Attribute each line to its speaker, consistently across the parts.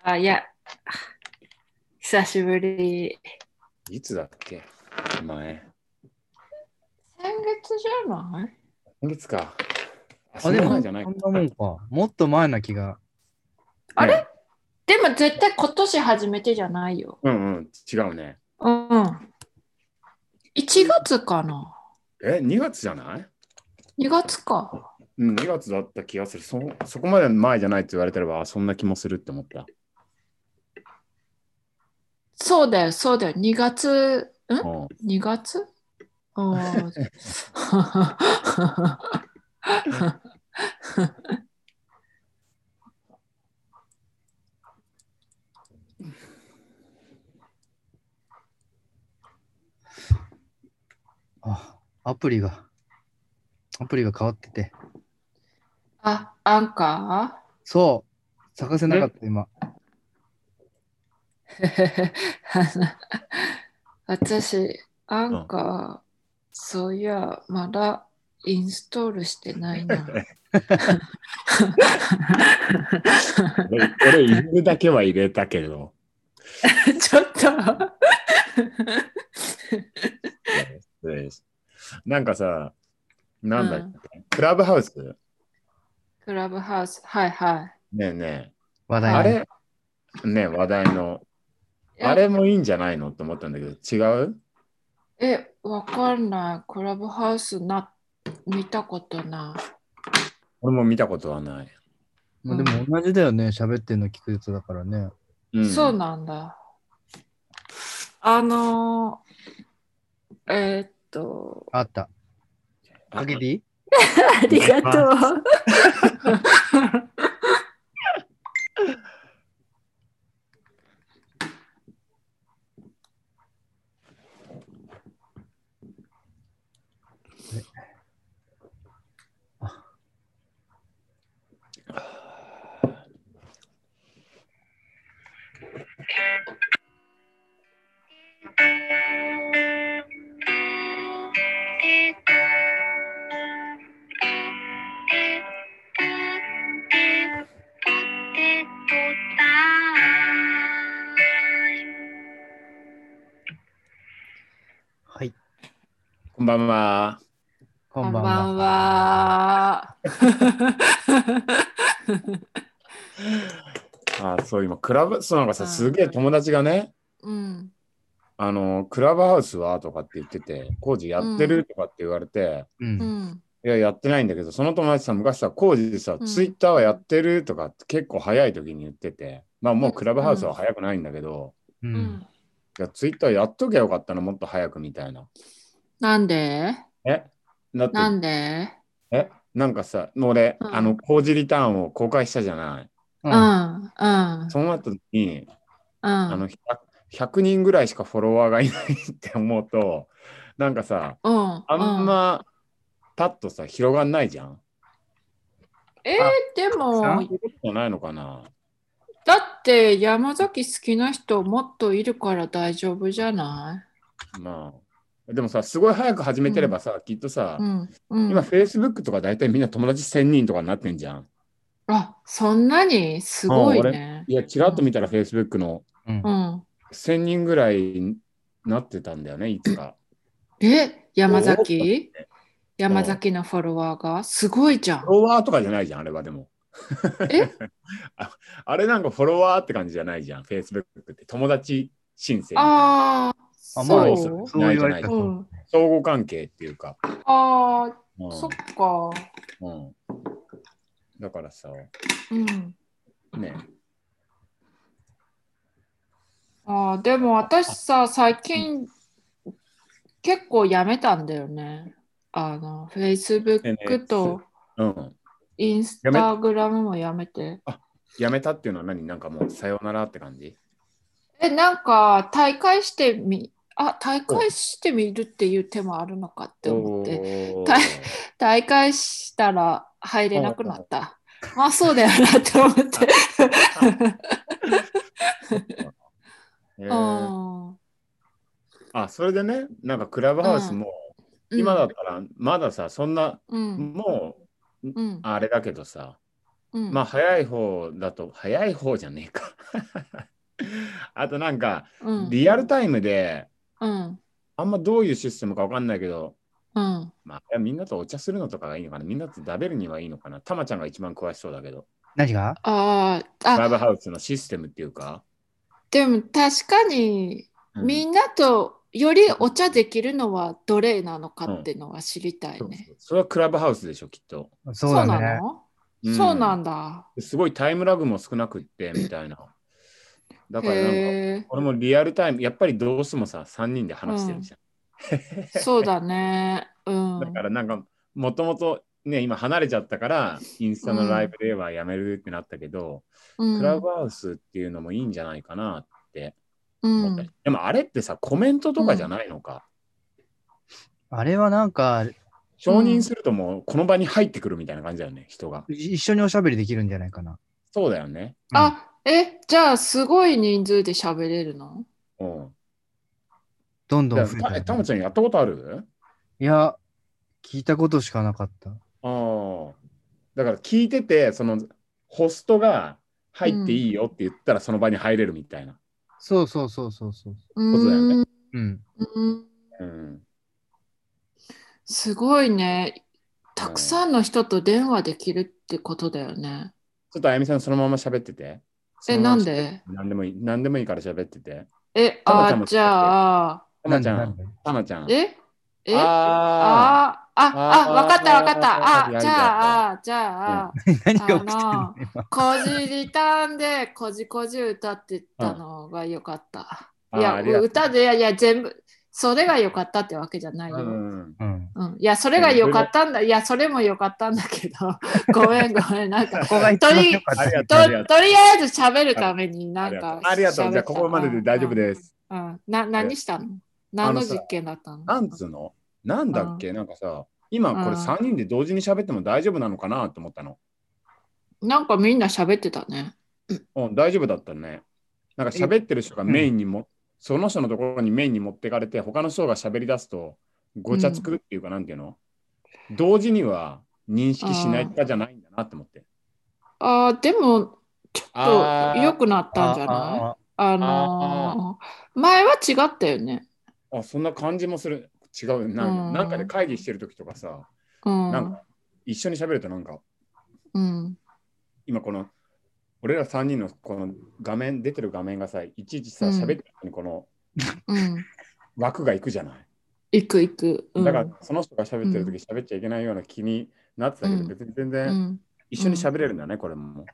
Speaker 1: あ、いや、久しぶり。
Speaker 2: いつだっけ前。
Speaker 1: 先月じゃない
Speaker 2: 今月か。
Speaker 3: あ、で
Speaker 2: そんな
Speaker 3: も、
Speaker 2: 前
Speaker 3: そ
Speaker 2: じゃ
Speaker 3: ん
Speaker 2: な
Speaker 3: ないもんか。もっと前な気が。
Speaker 1: あれ
Speaker 2: ね
Speaker 1: でも絶対今年初めてじゃないよ。
Speaker 2: うんうん、違うね。
Speaker 1: うん。1月かな
Speaker 2: え、2月じゃない
Speaker 1: ?2 月か。
Speaker 2: うん、2月だった気がする。そそこまで前じゃないって言われてれば、あそんな気もするって思った。
Speaker 1: そうだよ、そうだよ。2月、ん
Speaker 2: うん、
Speaker 1: ?2 月あ ー
Speaker 3: あ、アプリが。アプリが変わってて。
Speaker 1: あ、アンカ
Speaker 3: そう。探せなかった、今。
Speaker 1: ー 私、アンカー、そういや、まだインストールしてないな。
Speaker 2: 俺、 俺入れるだけは入れたけど、
Speaker 1: ちょっと。
Speaker 2: 失礼ですなんかさ、なんだっけ、クラブハウス
Speaker 1: クラブハウス、はいは
Speaker 2: ねえね
Speaker 3: 話
Speaker 2: え、
Speaker 3: 題の
Speaker 2: あれ、ねえ話題の、
Speaker 1: い。
Speaker 2: あれもいいんじゃないのって思ったんだけど、違う
Speaker 1: え、わかんない。クラブハウスな、見たことな
Speaker 2: 俺も見たことはない。
Speaker 3: まあでも同じだよね。喋ってんの聞くやつだからね。
Speaker 2: う
Speaker 1: い。
Speaker 2: ん、
Speaker 1: そうなんだ。あのー、えーっと、
Speaker 3: あった。かけていい
Speaker 1: ありがとう。
Speaker 3: はい。
Speaker 2: こんばんは。
Speaker 3: こんばん
Speaker 1: こ
Speaker 3: は。
Speaker 1: んは。
Speaker 2: あそう、今、クラブ、そうなんか
Speaker 1: う
Speaker 2: さ、
Speaker 1: ん
Speaker 2: すげえ友達がね、
Speaker 1: うん。
Speaker 2: あの、クラブハウスはとかって言ってて、コージやってるとかって言われて、
Speaker 1: う
Speaker 3: う。
Speaker 1: んん。
Speaker 2: いや、やってないんだけど、その友達さ、昔さ、コージさ
Speaker 1: う、ん
Speaker 2: ツイッターはやってるとかって結構早い時に言ってて、まあもうクラブハウスは早くないんだけど、
Speaker 3: う。
Speaker 1: うんん。
Speaker 2: いやツイッターやっときゃよかったな、もっと早くみたいな。
Speaker 1: なんで
Speaker 2: えだって、
Speaker 1: なんで
Speaker 2: えなんかさ、もう俺、
Speaker 1: うん
Speaker 2: あの、コージリターンを公開したじゃない。
Speaker 3: う。
Speaker 1: うん。うんん。うん。
Speaker 2: その後に、あの 100, 100人ぐらいしかフォロワーがいないって思うとなんかさ
Speaker 1: うん。
Speaker 2: あんまパッとさ広がんないじゃん。
Speaker 1: えー
Speaker 3: あ
Speaker 1: で
Speaker 3: さ
Speaker 1: も
Speaker 2: そういうことないのかな
Speaker 1: だって山崎好きな人もっといるから大丈夫じゃな
Speaker 2: まあでもさすごい早く始めてればさ、きっとさ
Speaker 1: い、うんうん、
Speaker 2: 今 Facebook とか大体みんな友達1000人とかになってんじゃん。
Speaker 1: あそんなにすごいね。
Speaker 2: いやちらっと見たら Facebook の
Speaker 3: うん
Speaker 1: うん、
Speaker 2: 1000人ぐらいになってたんだよねいつか。
Speaker 1: え山
Speaker 2: お
Speaker 1: 崎山崎のフォロワーがすごいじゃん
Speaker 2: フ。ォロワーとかじゃないじゃんあれはでも。
Speaker 1: え
Speaker 2: ああれなんかフォロワーって感じじゃないじゃん Facebook って友達申請。
Speaker 1: ああ、
Speaker 3: あ
Speaker 2: まあ
Speaker 1: そう。
Speaker 2: そう
Speaker 3: そう言われた
Speaker 1: う
Speaker 3: ら。
Speaker 1: ん、
Speaker 2: 相互関係っていうか。
Speaker 1: ああ、
Speaker 2: うん
Speaker 1: そっか。
Speaker 2: うん、だからさ、
Speaker 1: うん、
Speaker 2: ね。
Speaker 1: あーでも私さ最近結構やめたんだよね。あの Facebook と、
Speaker 2: うん。
Speaker 1: インスタグラムもやめて。
Speaker 2: やめたっていうのは何なんかもうさようならって感じ
Speaker 1: え、なんか、大会してみ、あ、大会してみるっていう手もあるのかって思って、
Speaker 2: おー
Speaker 1: 大大会したら入れなくなった。まあ、そうだよなって思って。
Speaker 2: え
Speaker 1: う
Speaker 2: ー
Speaker 1: ん
Speaker 2: あ、それでね、なんかクラブハウスも、
Speaker 1: うん
Speaker 2: 今だったらまださ、そんな、
Speaker 1: うん、
Speaker 2: もう
Speaker 1: うん、
Speaker 2: あれだけどさ、
Speaker 1: うん、
Speaker 2: まあ早い方だと早い方じゃねえか あとなんか
Speaker 1: うん、
Speaker 2: リアルタイムで
Speaker 1: うん、
Speaker 2: あんまどういうシステムかわかんないけど、
Speaker 1: うん。
Speaker 2: まあ、みんなとお茶するのとかがいいのかなみんなと食べるにはいいのかなたまちゃんが一番詳しそうだけど
Speaker 3: 何が
Speaker 1: ああ、
Speaker 2: クラ
Speaker 1: あ、
Speaker 2: ブハウスのシステムっていうか、
Speaker 1: でも確かに、
Speaker 2: うん
Speaker 1: みんなとよりお茶できるのはどれなのかってのは知りたい
Speaker 2: そう
Speaker 1: ね。
Speaker 2: そうそれはクラブハウスでしょきっと、
Speaker 3: そうだ
Speaker 1: な
Speaker 3: ね。
Speaker 1: の
Speaker 2: うん
Speaker 1: そうなんだ。
Speaker 2: すごいタイムラグも少な くってみたいなだからなんか
Speaker 1: へ
Speaker 2: 俺もリアルタイムやっぱりどうしてもさ3人で話してるじゃん、
Speaker 1: え、そうだね。うん。
Speaker 2: だからなんかもともとね今離れちゃったからインスタのライブではやめるってなったけど、
Speaker 1: うん
Speaker 2: クラブハウスっていうのもいいんじゃないかなって
Speaker 1: う
Speaker 2: 思ったり、
Speaker 1: ん。
Speaker 2: でもあれってさコメントとかじゃないのか、
Speaker 3: あれはなんか、
Speaker 2: 承認するともうこの場に入ってくるみたいな感じだよね人が
Speaker 3: い一緒におしゃべりできるんじゃないかな。
Speaker 2: そうだよね
Speaker 1: あ、え、じゃあすごい人数で喋れるの
Speaker 2: うん
Speaker 3: どん
Speaker 2: い
Speaker 3: ど
Speaker 2: や
Speaker 3: ん増えた
Speaker 2: た
Speaker 3: ら。
Speaker 2: たまちゃんやったことある
Speaker 3: いや、聞いたことしかなかった。
Speaker 2: ああだから聞いててそのホストが入っていいよって言ったらその場に入れるみたいな、
Speaker 3: そうそうそうそうそう。
Speaker 1: う
Speaker 2: とだよ
Speaker 1: ん
Speaker 3: うん。
Speaker 1: うん。
Speaker 2: うん、
Speaker 1: すごいね。たくさんの人と電話できるってことだよね。
Speaker 2: ちょっとあやみさんそのまま喋ってて。
Speaker 1: え、
Speaker 2: そのま
Speaker 1: な
Speaker 2: ま
Speaker 1: ん
Speaker 2: 喋って
Speaker 1: で
Speaker 2: 何でもいい、何でもいいから喋ってて。
Speaker 1: え、
Speaker 2: たまちゃん
Speaker 1: あじ
Speaker 2: も、
Speaker 1: ゃあ、
Speaker 2: たまちゃ
Speaker 3: なん
Speaker 2: ん
Speaker 3: で、
Speaker 2: たまちゃん。
Speaker 1: ええ
Speaker 2: あ
Speaker 1: ああ、あ、
Speaker 2: あー
Speaker 1: わかったわかった。
Speaker 2: あー
Speaker 1: あ、じゃあ、じゃあ、
Speaker 3: 何が起きて
Speaker 1: あ
Speaker 3: ん
Speaker 1: の
Speaker 3: の、今。
Speaker 1: こじリターンでこじこじ歌ってたのがよかった。
Speaker 2: あー
Speaker 1: い
Speaker 2: あ
Speaker 1: や、
Speaker 2: りがとう
Speaker 1: 歌で、いやいや、全部、それがよかったってわけじゃない
Speaker 2: ー
Speaker 1: よ。
Speaker 2: うん。
Speaker 3: うん。
Speaker 1: うん、いや、それが良かったんだ。いや、それも良かったんだ けど、ごめん、ごめん。なんか、
Speaker 3: ここが一番良かっ
Speaker 2: あり
Speaker 3: た。
Speaker 2: が
Speaker 1: と
Speaker 2: とう、あ
Speaker 1: と
Speaker 2: り
Speaker 1: りあ
Speaker 2: がとう。
Speaker 1: えず喋るために、なんか
Speaker 2: ありがとう。じゃあ、ここまでで大丈夫
Speaker 1: す。
Speaker 2: です。
Speaker 1: うんうんな何したの何の実験だったの
Speaker 2: なんつうのなんだっけなんかさ、今
Speaker 1: う
Speaker 2: これ
Speaker 1: ん
Speaker 2: 3人で同時に喋っても大丈夫なのかなと思ったの。
Speaker 1: なんかみんな喋ってたね。
Speaker 2: うん、大丈夫だったね。なんか喋ってる人がメインにも、その人のところにメインに持ってかれて、他の人が喋り出すと、ごちゃつくっていうか、なんていうの同時には認識しないとかじゃないんだなと思って。
Speaker 1: あーでも、ちょ
Speaker 2: あ
Speaker 1: っと
Speaker 2: ー
Speaker 1: 良くなったんじゃない
Speaker 3: あ
Speaker 1: あのー前は違ったよね。
Speaker 2: あそんな感じもする。違う。なん,、
Speaker 1: うん
Speaker 2: なんかで会議してる時とかさ、
Speaker 1: う
Speaker 2: なん
Speaker 1: ん。
Speaker 2: か一緒に喋るとなんか、
Speaker 1: うん。
Speaker 2: 今この、俺ら3人のこの画面、出てる画面がさ、いちいちさ、
Speaker 1: うん
Speaker 2: 喋ってる時にこの
Speaker 1: うん。
Speaker 2: 枠がいくじゃない。
Speaker 1: 行く行く。うん、
Speaker 2: だからその人が喋ってる時喋っちゃいけないような気になってたけど、
Speaker 1: うん
Speaker 2: 別に全
Speaker 1: う
Speaker 2: 然
Speaker 1: ん、
Speaker 2: 一緒に喋れるんだね、これも。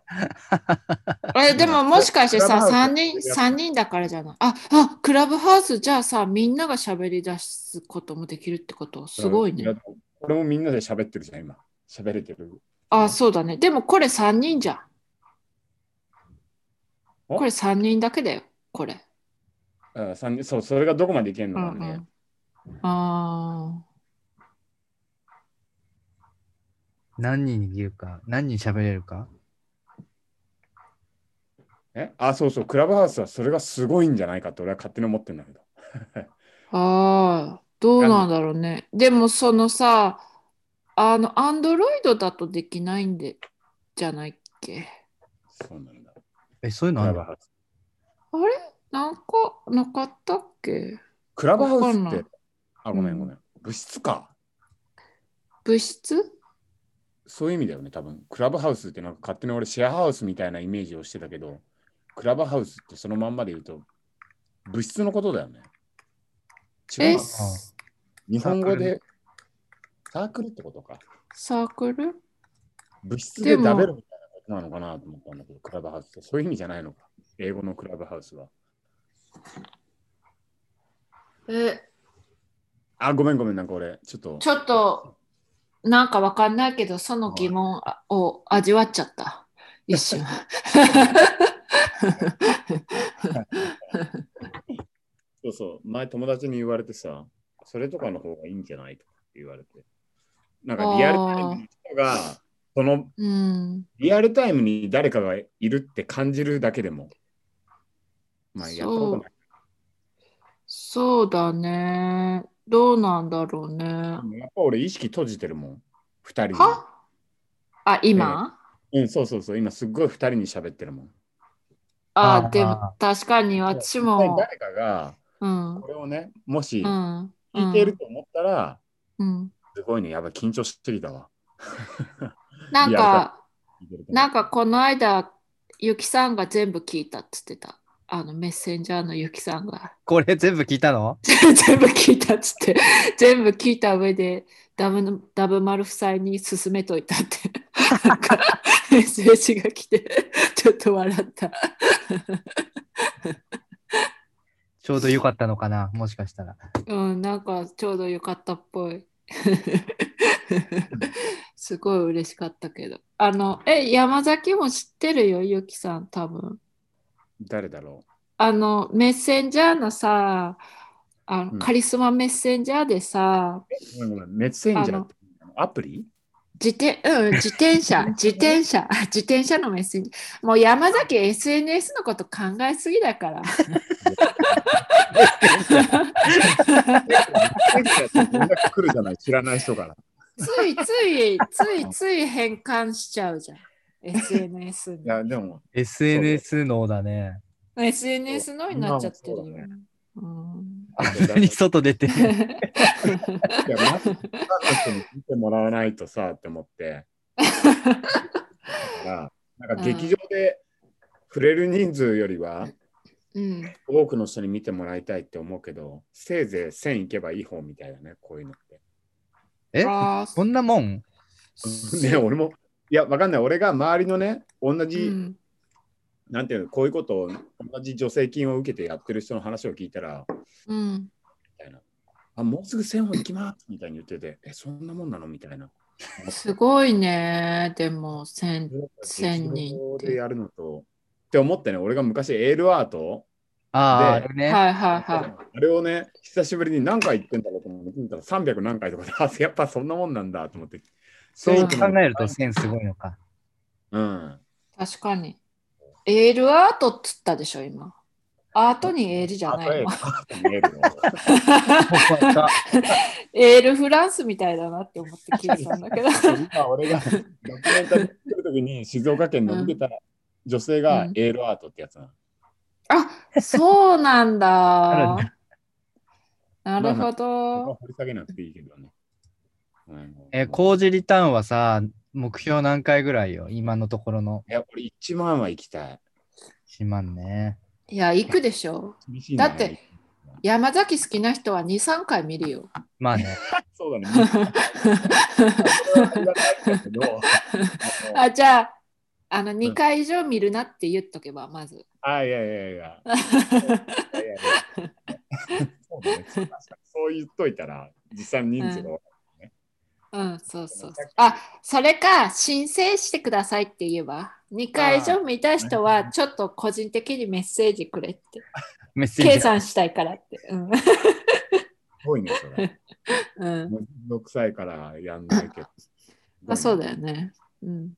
Speaker 1: え、でももしかしてさ、
Speaker 2: クラブハウス
Speaker 1: 3人、三人だからじゃない。あ、あ、クラブハウスじゃあさ、みんなが喋り出すこともできるってことすごい
Speaker 2: や
Speaker 1: ね。。
Speaker 2: これもみんなで喋ってるじゃん、今。喋れてる。
Speaker 1: あ、そうだね。でもこれ3人じゃん。
Speaker 2: お
Speaker 1: これ3人だけだよ、これ。
Speaker 2: あ三人そう、それがどこまでいけ
Speaker 1: う
Speaker 2: るの
Speaker 1: ん
Speaker 2: か
Speaker 1: う
Speaker 2: ね
Speaker 1: ん。。あ
Speaker 3: 何人言うか、何人喋れるか。
Speaker 2: えあ、そうそう、クラブハウスはそれがすごいんじゃないかって俺は勝手に思ってるんだけど。
Speaker 1: あ。ああ。どうなんだろうね。でもそのさ、あの、アンドロイドだとできないんで、じゃないっけ。
Speaker 2: そうなんだ。ク
Speaker 3: え、そういうのあ
Speaker 2: ラ
Speaker 3: る
Speaker 2: ブ
Speaker 3: の
Speaker 2: ハウス。
Speaker 1: あれなんかなかったっけ
Speaker 2: クラブハウス
Speaker 1: わか
Speaker 2: っ
Speaker 1: んな
Speaker 2: て
Speaker 1: い、
Speaker 2: あ、ごめ
Speaker 1: うんん
Speaker 2: ごめん。物質か。
Speaker 1: 物質
Speaker 2: そういう意味だよね、多分。クラブハウスってなんか勝手に俺シェアハウスみたいなイメージをしてたけど、クラブハウスってそのまんまで言うと、物質のことだよね。違う
Speaker 1: え
Speaker 2: のか日本語でサークルってことか。
Speaker 1: サークル
Speaker 2: 物質で食べ
Speaker 1: で
Speaker 2: るみたいなことなのかなと思ったんだけど、クラブハウスってそういう意味じゃないのか。英語のクラブハウスは。
Speaker 1: え、
Speaker 2: あ、ごめんごめん、なんか俺、ちょっと。
Speaker 1: ちょっと、なんかわかんないけど、その疑問を味わっちゃった。一瞬。
Speaker 2: そうそう、前友達に言われてさ、それとかの方がいいんじゃないとかって言われて。なんかリアルタイムの人が、その
Speaker 1: うん。
Speaker 2: リアルタイムに誰かがいるって感じるだけでも。まあ、やったことない
Speaker 1: そうだね。どうなんだろうね。
Speaker 2: けど。やっぱ俺意識閉じてるもん、二人に。
Speaker 1: はあ、今
Speaker 2: うん、そうそうそう。今すっごい二人に喋ってるもん。
Speaker 1: あ
Speaker 3: あ
Speaker 1: あ、
Speaker 3: ー
Speaker 1: でも確かに私
Speaker 2: 実際
Speaker 1: も。
Speaker 2: 誰かが
Speaker 1: うん。うん
Speaker 2: これをね、もし。
Speaker 1: うん
Speaker 2: 聞いていると思ったら、
Speaker 1: うん。
Speaker 2: すごいね、やばい、緊張してきたわ。
Speaker 1: なん
Speaker 2: いやだ
Speaker 1: か、なんかこの間、ゆきさんが全部聞いたって言ってた。あのメッセンジャーのゆきさんが
Speaker 3: これ全部聞いたの
Speaker 1: 全部聞いたっつって全部聞いた上でダブのダブ丸夫妻に勧めといたってなん かメッセージが来てちょっと笑った
Speaker 3: ちょうど良かったのかなもしかしたら。
Speaker 1: うん、なんかちょうどよかったっぽ い。すごい嬉しかったけど。あの、え、山崎も知ってるよ、ゆきさん、多分。
Speaker 2: 誰だろ
Speaker 1: あの、メッセンジャーのさ、あ
Speaker 2: うん
Speaker 1: のカリスマメッセンジャーでさ、
Speaker 2: うごめんごめんメッセンジャーってア プリ
Speaker 1: 自転うん、自転 車、自転車、 自転車のメッセンジャー。もう山崎 SNS のこと考えすぎだから。
Speaker 2: メッセンジャーって連絡来るじゃない、知らない人から。
Speaker 1: ついつい、つ いつい変換しちゃうじゃん。SNS に
Speaker 2: い。や、でも、
Speaker 3: SNS 能だね。
Speaker 1: SNS のになっちゃってるよ。
Speaker 2: 今もそうだ
Speaker 1: うん
Speaker 3: 何外出て。
Speaker 2: いや、まず、ファンの人に見てもらわないとさ、って思って。だからなんか劇場で触れる人数よりは、
Speaker 1: うん、
Speaker 2: 多くの人に見てもらいたいって思うけど、せいぜい1000いけばいい方みたいなね、こういうのって。
Speaker 3: え
Speaker 1: あー
Speaker 3: こんなもん
Speaker 2: ね、俺も、いや、わかんない。俺が周りのね、同
Speaker 1: う
Speaker 2: じ、
Speaker 1: ん、
Speaker 2: なんていうの、こういうことを、同じ助成金を受けてやってる人の話を聞いたら、み
Speaker 1: うん、
Speaker 2: たいな。あ、もうすぐ1000本行きますみたいに言ってて、え、そんなもんなのみたいな。
Speaker 1: すごいね。でも、せん
Speaker 2: 劇
Speaker 1: 1000人
Speaker 2: 場
Speaker 1: って
Speaker 2: でやるのと、って思ってね、俺が昔エールアート、
Speaker 3: ああ、あ
Speaker 2: で
Speaker 3: れね。
Speaker 1: はいはいは
Speaker 2: あれをね、久しぶりに何回言ってんだろうと思って見たら300何回とかで、あやっぱそんなもんなんだと思って。
Speaker 3: そう
Speaker 2: 1000
Speaker 3: 考
Speaker 2: 行くの
Speaker 3: えると1000すごいのか。
Speaker 2: うん。
Speaker 1: い。確かに。エールアートっつったでしょ、今。アートにエールじゃな
Speaker 2: 例
Speaker 1: い
Speaker 2: え
Speaker 1: の
Speaker 2: ば。 エールを
Speaker 1: エールフランスみたいだなって思って聞いたんだけど。
Speaker 2: 今俺がドキュメンタリー作るときに静岡県の受けた女性が
Speaker 1: うん
Speaker 2: エールアートってやつなの。
Speaker 1: あ そうなん
Speaker 3: あ
Speaker 1: だ
Speaker 3: る。
Speaker 1: なるほ
Speaker 2: そこは
Speaker 1: ど。
Speaker 2: 掘り下げなくていいけどね。うん
Speaker 3: え、工事リターンはさ、目標何回ぐらいよ今のところの
Speaker 2: いや、これ1万は行きたい。
Speaker 3: 1万ね。
Speaker 1: いや、行くでしょ。
Speaker 2: 厳しいな
Speaker 1: だって。山崎好きな人は2、3回見るよ。
Speaker 3: まあね。
Speaker 2: そ うだね。それは言わないんだけどあの
Speaker 1: あじゃああの2回以上見るなって言っとけばまず。
Speaker 2: あ、いやいやいや。いやいやいやそうだね。確かにそう言っといたら、実際の人数が分か
Speaker 1: うん、そうそうそう。あそれか申請してくださいって言えば2回以上見た人はちょっと個人的にメッセージくれって
Speaker 3: メッセー
Speaker 1: 計
Speaker 3: ジ。
Speaker 1: 算したいからって。うん
Speaker 2: る。すごいね、そ れ。
Speaker 1: うん
Speaker 2: もう6歳からやんないけど。
Speaker 1: まあ、そうだよね、うん。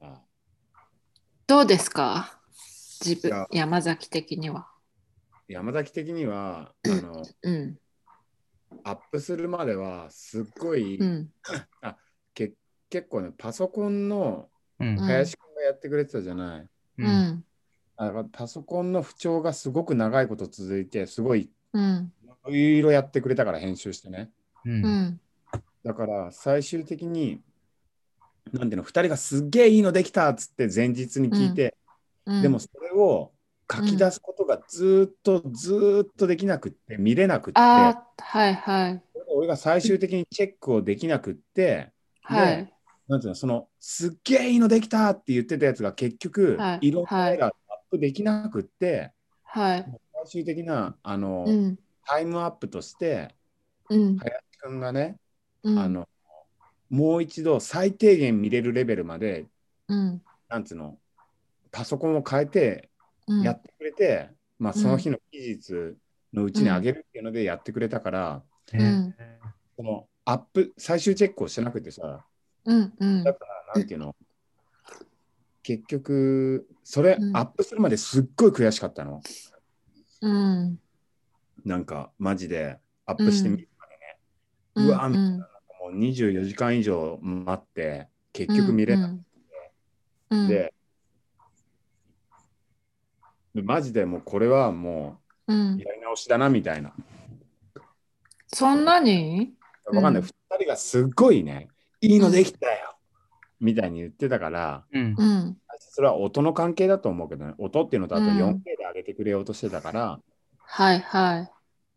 Speaker 2: あ
Speaker 1: どうですか自
Speaker 2: いや
Speaker 1: 分山崎的には。
Speaker 2: 山崎的には、あの、
Speaker 1: うん
Speaker 2: アップするまでは、すっごい、
Speaker 1: うん
Speaker 2: け結構ね、パソコンの、
Speaker 3: うん
Speaker 1: うん
Speaker 2: 林くんがやってくれてたじゃない。
Speaker 1: う
Speaker 3: うん
Speaker 1: ん
Speaker 2: あだからパソコンの不調がすごく長いこと続いて、すごい、
Speaker 1: うん
Speaker 2: いろいろやってくれたから、編集してね。
Speaker 3: うん
Speaker 1: うん
Speaker 2: だから最終的に、なんていうの、2人がすっげえいいのできたっつって前日に聞いて、
Speaker 1: うん
Speaker 2: でもそれを書き出すことがずーっとずーっとできなくって、見れなくって、
Speaker 1: ああはいはい
Speaker 2: 俺が最終的にチェックをできなくって、
Speaker 1: はい
Speaker 2: なんていうの、そのすっげえいいのできたって言ってたやつが結局、
Speaker 1: はい
Speaker 2: い、ろんなエラーがアップできなくって、
Speaker 1: はい。
Speaker 2: 最終的なあの、
Speaker 1: うん
Speaker 2: タイムアップとして、
Speaker 1: うん
Speaker 2: 林くんがね、
Speaker 1: うん
Speaker 2: あの、もう一度最低限見れるレベルまで
Speaker 1: うん
Speaker 2: なんつうの、パソコンを変えて
Speaker 1: うん
Speaker 2: やってくれて、まあ
Speaker 1: うん
Speaker 2: その日の期日のうちに上げるっていうのでやってくれたから、
Speaker 1: うん
Speaker 2: そのアップ、最終チェックをしてなくてさ、
Speaker 1: うんうん
Speaker 2: だからなんていうの、結局、それ
Speaker 1: うん
Speaker 2: アップするまですっごい悔しかったの。
Speaker 1: うん
Speaker 2: なんかマジでアップしてみるまでね、うわ
Speaker 1: うん
Speaker 2: もう24時間以上待って、結局見れな
Speaker 1: うんうん、
Speaker 2: で、でマジでもうこれはも
Speaker 1: うん
Speaker 2: う、やり直しだなみたいな。
Speaker 1: そんなに
Speaker 2: わかんな
Speaker 1: うん
Speaker 2: い、二人がすっごいね、いいのできたよ、みたいに言ってたから、
Speaker 3: うん
Speaker 1: うん
Speaker 2: それは音の関係だと思うけどね、音っていうのとあと
Speaker 1: うん
Speaker 2: 4K で上げてくれようとしてたから、
Speaker 1: はいはい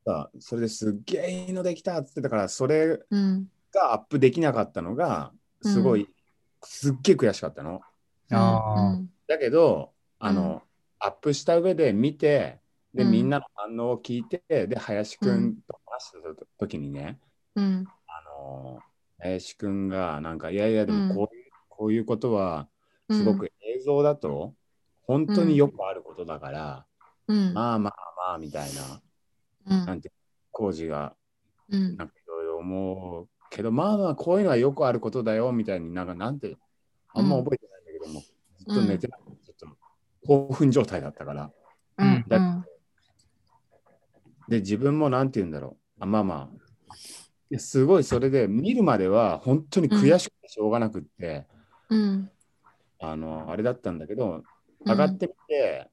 Speaker 2: さそれですっげえいいのできたって言ってたから、それ
Speaker 1: うん
Speaker 2: がアップできなかったのが、すごい、すっげえ悔しかったの。
Speaker 3: あ
Speaker 2: だけど、あの、アップした上で見て、で、
Speaker 1: うん
Speaker 2: みんなの反応を聞いて、で、林く
Speaker 1: うんん
Speaker 2: と話した時にね、
Speaker 1: うん
Speaker 2: あの、林くんが、なんか、いやいや、で
Speaker 1: うん
Speaker 2: もこういう、こういうことは、
Speaker 1: うん
Speaker 2: すごく映像だと、本当によくあることだから、
Speaker 1: うん
Speaker 2: まあまあまあ、みたいな、
Speaker 1: う
Speaker 2: なん
Speaker 1: ん
Speaker 2: て、工事が、
Speaker 1: うん
Speaker 2: なんかいろいろ思うけど、まあまあ、こういうのはよくあることだよ、みたいになんか、なんて、あんま覚えてないんだけども、ずっと寝てなくて、ちょっと興奮状態だったから。
Speaker 1: うん
Speaker 2: だで、自分もなんて言うんだろう。あまあまあ。いやすごい、それで、見るまでは本当に悔しくてしょうがなくって、
Speaker 1: うん
Speaker 2: あの、あれだったんだけど、上がってみて、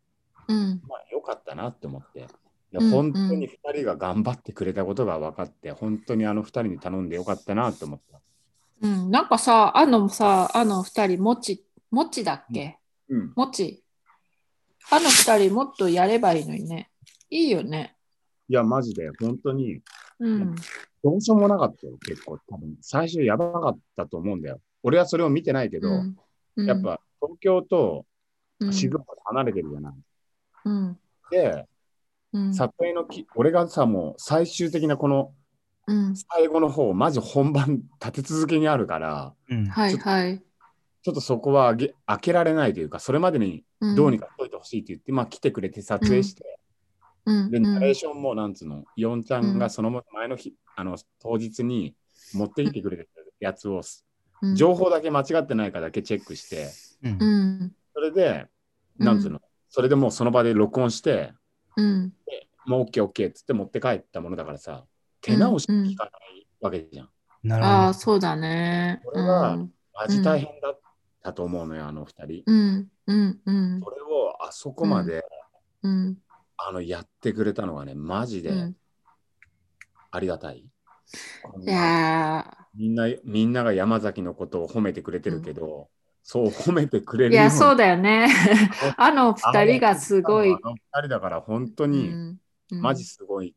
Speaker 1: うん
Speaker 2: まあ、よかったなって思って。い
Speaker 1: う
Speaker 2: や
Speaker 1: ん
Speaker 2: 本当に2人が頑張ってくれたことが分かって、本当にあの2人に頼んでよかったなって思った。
Speaker 1: うんなんかさあのさあの二人もちもちだっけ
Speaker 2: うん。
Speaker 1: もちあの二人もっとやればいいのにねいいよね
Speaker 2: いや、マジで、本当に、
Speaker 1: うん
Speaker 2: どうしようもなかったよ、結構。多分最初やばかったと思うんだよ。俺はそれを見てないけど、
Speaker 1: うんうん
Speaker 2: やっぱ東京と
Speaker 1: うん
Speaker 2: 静岡で離れてるじゃない。
Speaker 1: うん
Speaker 2: で、
Speaker 1: うん
Speaker 2: 撮影のき、俺がさ、もう最終的なこの
Speaker 1: うん
Speaker 2: 最後の方、マジ本番立て続けにあるから、
Speaker 3: うん
Speaker 1: はいはい
Speaker 2: ちょっとそこはあげ開けられないというか、それまでにどうにかしといてほしいって言って、まあ来てくれて撮影して、
Speaker 1: うん
Speaker 2: で、
Speaker 1: うん
Speaker 2: ナレーションもなんつうの、イオンちゃんがその前の日、あの、当日に持ってきてくれてるやつを、
Speaker 1: うん
Speaker 2: 情報だけ間違ってないかだけチェックして、
Speaker 3: うん
Speaker 1: うん
Speaker 2: それで、なんつうの、それでもうその場で録音して、
Speaker 1: うん
Speaker 2: もう OKOK っつって持って帰ったものだからさ、手直し聞かないわけじゃん。
Speaker 3: なる
Speaker 1: ああ
Speaker 3: ほ
Speaker 1: そうだね
Speaker 2: これは
Speaker 1: うん
Speaker 2: マジ大変だったと思うのよ、あの二人。
Speaker 1: うんうんうん
Speaker 2: それをあそこまで、
Speaker 1: うん
Speaker 2: あのやってくれたのがね、マジ
Speaker 1: う
Speaker 2: で
Speaker 1: ん
Speaker 2: ありがたい。こん
Speaker 1: い
Speaker 2: な
Speaker 1: や
Speaker 2: みんなみんなが山崎のことを褒めてくれてるけど、そう褒めてくれ
Speaker 1: ー
Speaker 2: る
Speaker 1: いや
Speaker 2: よな
Speaker 1: そうだよね あの二人がすごい
Speaker 2: あの二人だから本当
Speaker 1: う
Speaker 2: に、
Speaker 1: んうん
Speaker 2: マジすごい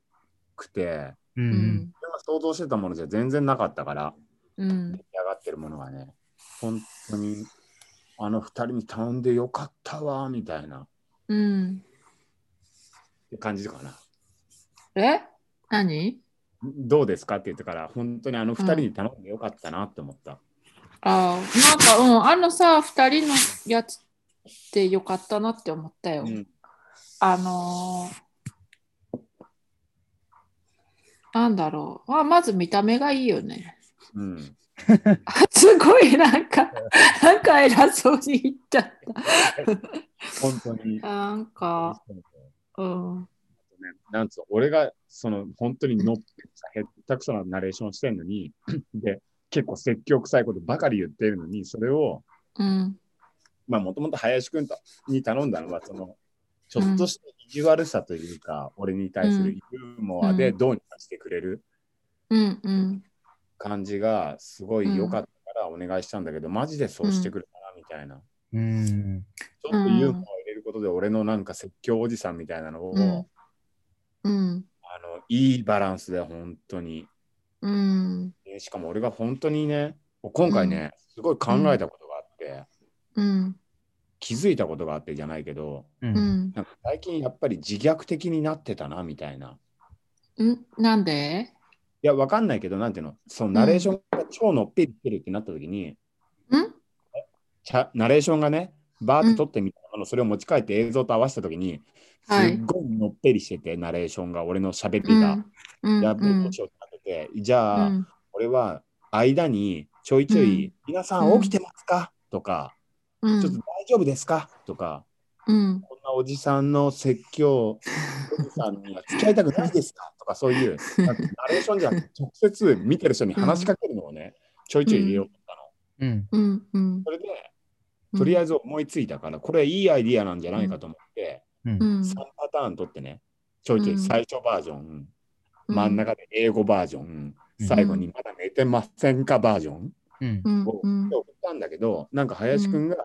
Speaker 2: くて、
Speaker 1: う
Speaker 3: ど。う
Speaker 1: んん
Speaker 2: 俺が想像してたものじゃ全然なかったから、
Speaker 1: うん
Speaker 2: 出来上がってるものがね、本当にあの二人に頼んでよかったわ、みたいな
Speaker 1: うん
Speaker 2: 感じかな。
Speaker 1: え何
Speaker 2: どうですかって言ってから、本当にあの二人に頼んでよかったなって思った。
Speaker 1: あーなんかうんあのさ二人のやつってよかったなって思ったよ、
Speaker 2: うん
Speaker 1: あのーなんだろうあまず見た目がいいよね
Speaker 2: うん。
Speaker 1: すごいなんかなんか偉そうに言っちゃった
Speaker 2: 本当に。
Speaker 1: なんかうん
Speaker 2: なんつうの俺がその本当に乗ってさ、へったくそなナレーションしてんのに、で、結構説教臭いことばかり言ってるのに、それを、
Speaker 1: うん
Speaker 2: まあ、もともと林くんとに頼んだのは、その、ちょっとした意地悪さというか、俺に対するユーモアで
Speaker 1: うん
Speaker 2: どうにかしてくれる
Speaker 1: うんうん
Speaker 2: 感じがすごい良かったからお願いしたんだけど、マジでそうしてくれたな、みたいな。
Speaker 3: うん
Speaker 2: ちょっとユーモアを入れることで、俺のなんか説教おじさんみたいなのを、
Speaker 1: う
Speaker 2: あ
Speaker 1: んうん
Speaker 2: の、いいバランスで本当に。
Speaker 1: うん
Speaker 2: でしかも俺が本当にね、今回ね、すごい考えたことがあって、
Speaker 1: うん
Speaker 2: 気づいたことがあってじゃないけど、
Speaker 3: う
Speaker 1: うんん
Speaker 2: なんか最近やっぱり自虐的になってたな、みたいな。
Speaker 1: うんなんで
Speaker 2: いや、わかんないけど、なんていうの、そのナレーションが超のっぺりってるってなった時に、
Speaker 1: うん
Speaker 2: ちゃナレーションがね、バーって撮ってみたもの、それを持ち帰って映像と合わせた時に、すっ
Speaker 1: はい
Speaker 2: ごいのっぺりしてて、ナレーションが、俺の喋
Speaker 1: う
Speaker 2: りが、
Speaker 1: んうん
Speaker 2: やっべえ、どうしようってなってて、じゃあ、
Speaker 1: うん
Speaker 2: 俺は間にちょいちょい、
Speaker 1: うん
Speaker 2: 皆さん起きてますかとか、
Speaker 1: うん
Speaker 2: ちょっと大丈夫ですかとか、
Speaker 1: うん
Speaker 2: こんなおじさんの説教、おじさんには付き合いたくないですかとか、そういう、なんかナレーションじゃなくて直接見てる人に話しかけるのをね、ちょいちょい入れようと思ったの。
Speaker 3: うん
Speaker 1: うんうん
Speaker 2: それで、とりあえず思いついたから、これいいアイディアなんじゃないかと思って、
Speaker 1: うん
Speaker 2: 3パターン取ってね、ちょいち
Speaker 1: う
Speaker 2: ょい
Speaker 1: ん
Speaker 2: 最初バージョン、真ん中で英語バージョン、
Speaker 3: うん
Speaker 2: 最後にまだ寝てませんかバージョン
Speaker 3: うん
Speaker 1: う。ん
Speaker 2: を
Speaker 1: うん
Speaker 2: 送ったんだけど、なんか林くんが、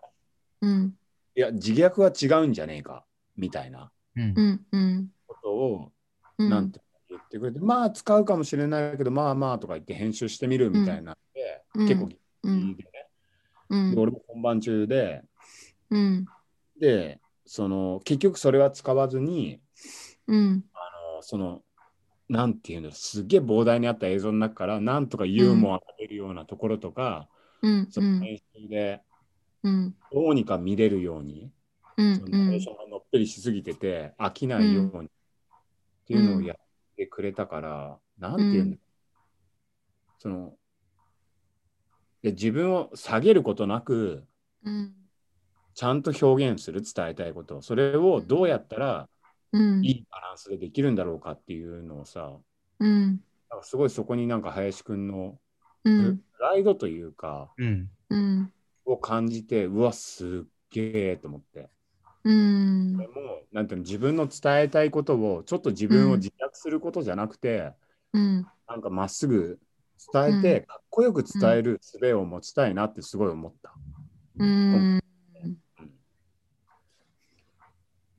Speaker 1: うん
Speaker 2: いや、自虐は違うんじゃねえか、みたいな
Speaker 3: うん
Speaker 1: う。んうん
Speaker 2: ことを、
Speaker 1: うん
Speaker 2: なんて言ってくれて、まあ使うかもしれないけど、まあまあとか言って編集してみるみたいなんで、
Speaker 1: うん
Speaker 2: 結構ギ
Speaker 1: う
Speaker 2: リギリ
Speaker 1: ん
Speaker 2: でね、
Speaker 1: うん
Speaker 2: で俺も本番中で、
Speaker 1: うん
Speaker 2: で、その結局それは使わずに、
Speaker 1: うん
Speaker 2: あのその、なんていうの、すげえ膨大にあった映像の中から、なんとかユーモアが出るようなところとか、
Speaker 1: うん
Speaker 2: その編集で
Speaker 1: うん
Speaker 2: どうにか見れるように、
Speaker 1: うん
Speaker 2: そのナレーションがのっぺりしすぎてて、飽きないように、っていうのをやってくれたから、なんていうんだろうそので、自分を下げることなく、
Speaker 1: うん
Speaker 2: ちゃんと表現する、伝えたいこと、それをどうやったら
Speaker 1: うん
Speaker 2: いいバランスでできるんだろうかっていうのをさ、
Speaker 1: うん
Speaker 2: なんかすごいそこになんか林くんの
Speaker 1: う
Speaker 2: プ
Speaker 1: ん
Speaker 2: ライドというか、
Speaker 3: うん。
Speaker 1: うん
Speaker 2: を感じて、うわ、すっげえと思って。
Speaker 1: うん
Speaker 2: これもなんていうの自分の伝えたいことをちょっと自分を自虐することじゃなくて、
Speaker 1: うん
Speaker 2: なんかまっすぐ伝えて、
Speaker 1: う
Speaker 2: かっこよく伝える術を持ちたいなってすごい思った。
Speaker 1: うん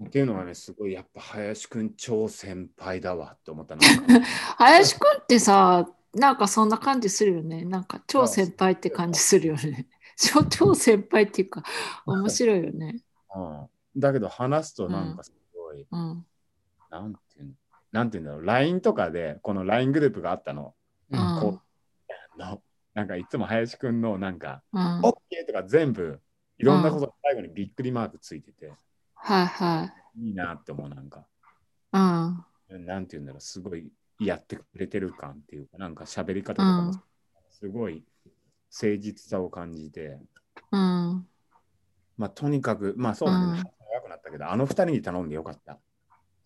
Speaker 2: っていうのがねすごいやっぱ林くん超先輩だわって思っ たなんか
Speaker 1: 林くんってさなんかそんな感じするよねなんか超先輩って感じするよね超 超先輩っていうか面白いよね
Speaker 2: うん、だけど話すとなんかすごい、
Speaker 1: うん
Speaker 2: なんていうのなんていうんだろう LINE とかでこの LINE グループがあったの。
Speaker 1: う
Speaker 3: うん
Speaker 1: ん
Speaker 2: こうのなんかいつも林くんのなんか
Speaker 1: うん
Speaker 2: 「OK」とか全部いろんなことが最後にびっくりマークついてて
Speaker 1: はいはい
Speaker 2: いなって思うなんか。
Speaker 1: うん
Speaker 2: なんて言うんだろう、すごいやってくれてる感っていうか、なんか喋り方とか
Speaker 1: う
Speaker 2: も
Speaker 1: ん
Speaker 2: すごい誠実さを感じて、
Speaker 1: うん
Speaker 2: まあとにかく、まあそうなんだ
Speaker 1: うん、
Speaker 2: ね長くなったけど、あの二人に頼んでよかった。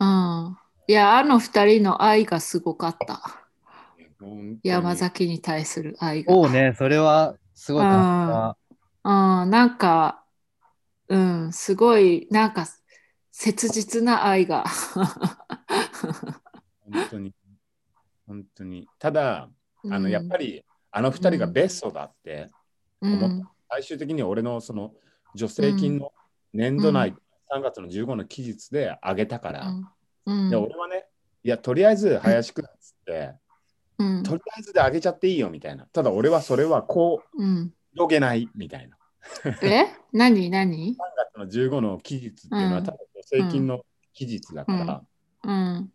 Speaker 1: うんいやあの二人の愛がすごかった山
Speaker 2: 崎。
Speaker 1: 崎に対する愛が。
Speaker 3: おうね、それはすごい感じた。
Speaker 1: うん、なんか、うん、すごい、なんか、切実な愛が。
Speaker 2: 本当に、本当に。ただ、あ
Speaker 1: う
Speaker 2: の
Speaker 1: ん
Speaker 2: やっぱり、あの二人がベストだって、思
Speaker 1: うん
Speaker 2: 最終的に俺のその助成金の年度内、3月の15の期日であげたから、
Speaker 1: うん
Speaker 2: で俺はね、いや、とりあえず林くんっつって、
Speaker 1: うん
Speaker 2: とりあえずであげちゃっていいよみたいな。ただ俺はそれはこう
Speaker 1: うん
Speaker 2: 広げないみたいな。
Speaker 1: え何何
Speaker 2: 3月の15の期日っていうの
Speaker 1: う
Speaker 2: は
Speaker 1: ん
Speaker 2: ただ助成金の期日だから、
Speaker 1: うんうん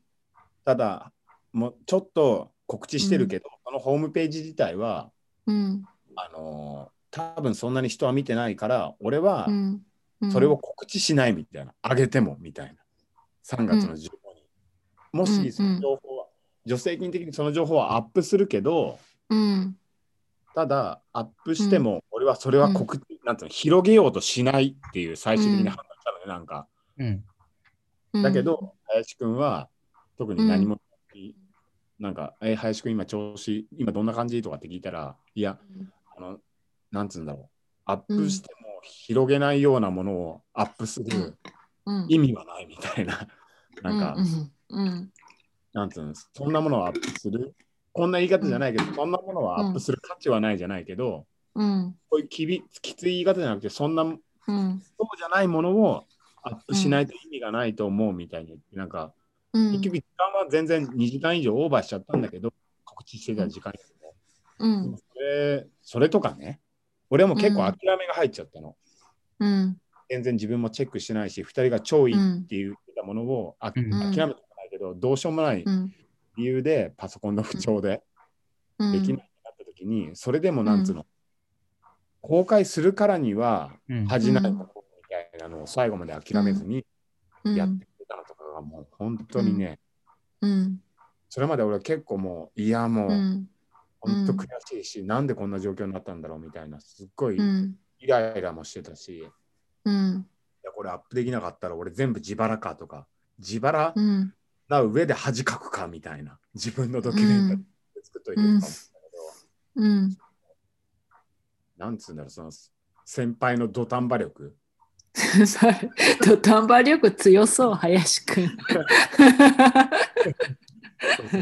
Speaker 2: ただもうちょっと告知してるけど、そのホームページ自体は、
Speaker 1: うん
Speaker 2: あのー多分そんなに人は見てないから、俺は
Speaker 1: うんうん
Speaker 2: それを告知しないみたいな。あげてもみたいな。3月の15に。
Speaker 1: うんう
Speaker 2: も
Speaker 1: ん
Speaker 2: しその情報は、助成金的にその情報はアップするけど、
Speaker 1: うん
Speaker 2: ただ、アップしても、俺はそれは告知、なんていうの、広げようとしないっていう最終的な判断したのね、なんか。
Speaker 3: うん。
Speaker 1: うん
Speaker 2: だけど、林くんは、特に何も、なんか、え、林くん今調子、今どんな感じとかって聞いたら、いや、あの、なんつうんだろう。アップしても広げないようなものをアップする
Speaker 1: うん
Speaker 2: 意味はないみたいな。なんか、
Speaker 1: うんうん
Speaker 2: なんつうの、そんなものをアップする。こんな言い方じゃないけど、そんなものはアップする価値はないじゃないけど、
Speaker 1: うん
Speaker 2: こういうきびきつい言い方じゃなくて、そんな
Speaker 1: うん
Speaker 2: そうじゃないものをアップしないと意味がないと思うみたいに、なんか、
Speaker 1: うん
Speaker 2: 結局時間は全然2時間以上オーバーしちゃったんだけど、告知してた時間よりも
Speaker 1: うん
Speaker 2: それ、それとかね、俺はもう結構諦めが入っちゃったの。
Speaker 1: うん
Speaker 2: 全然自分もチェックしてないし、2人が超いいっ
Speaker 1: うん
Speaker 2: て言ってたものをあ、
Speaker 3: うん
Speaker 2: 諦めてもないけど、どうしようもない
Speaker 1: うん
Speaker 2: 理由でパソコンの不調で
Speaker 1: うん
Speaker 2: できなくなった時に、それでもなんつうの、公開するからには
Speaker 3: うん。
Speaker 2: 恥じないことみたいなのを最後まで諦めずに、やってくれたのとかがもう本当にね、
Speaker 1: うん
Speaker 2: それまで俺は結構もういやも
Speaker 1: う
Speaker 2: うん本当悔しいし、なんでこんな状況になったんだろうみたいなすっごい
Speaker 1: うん
Speaker 2: イライラもしてたし、い
Speaker 1: うん
Speaker 2: やこれアップできなかったら俺全部自腹かとか自腹
Speaker 1: うん
Speaker 2: な上で恥かくかみたいな自分のドキュメンタリー作っといてるかもしれ
Speaker 1: う
Speaker 2: ないけど、
Speaker 1: ん
Speaker 2: なんつうんだろうその先輩の土壇場力。
Speaker 1: 土壇場力強そう、林くん。
Speaker 2: そうそう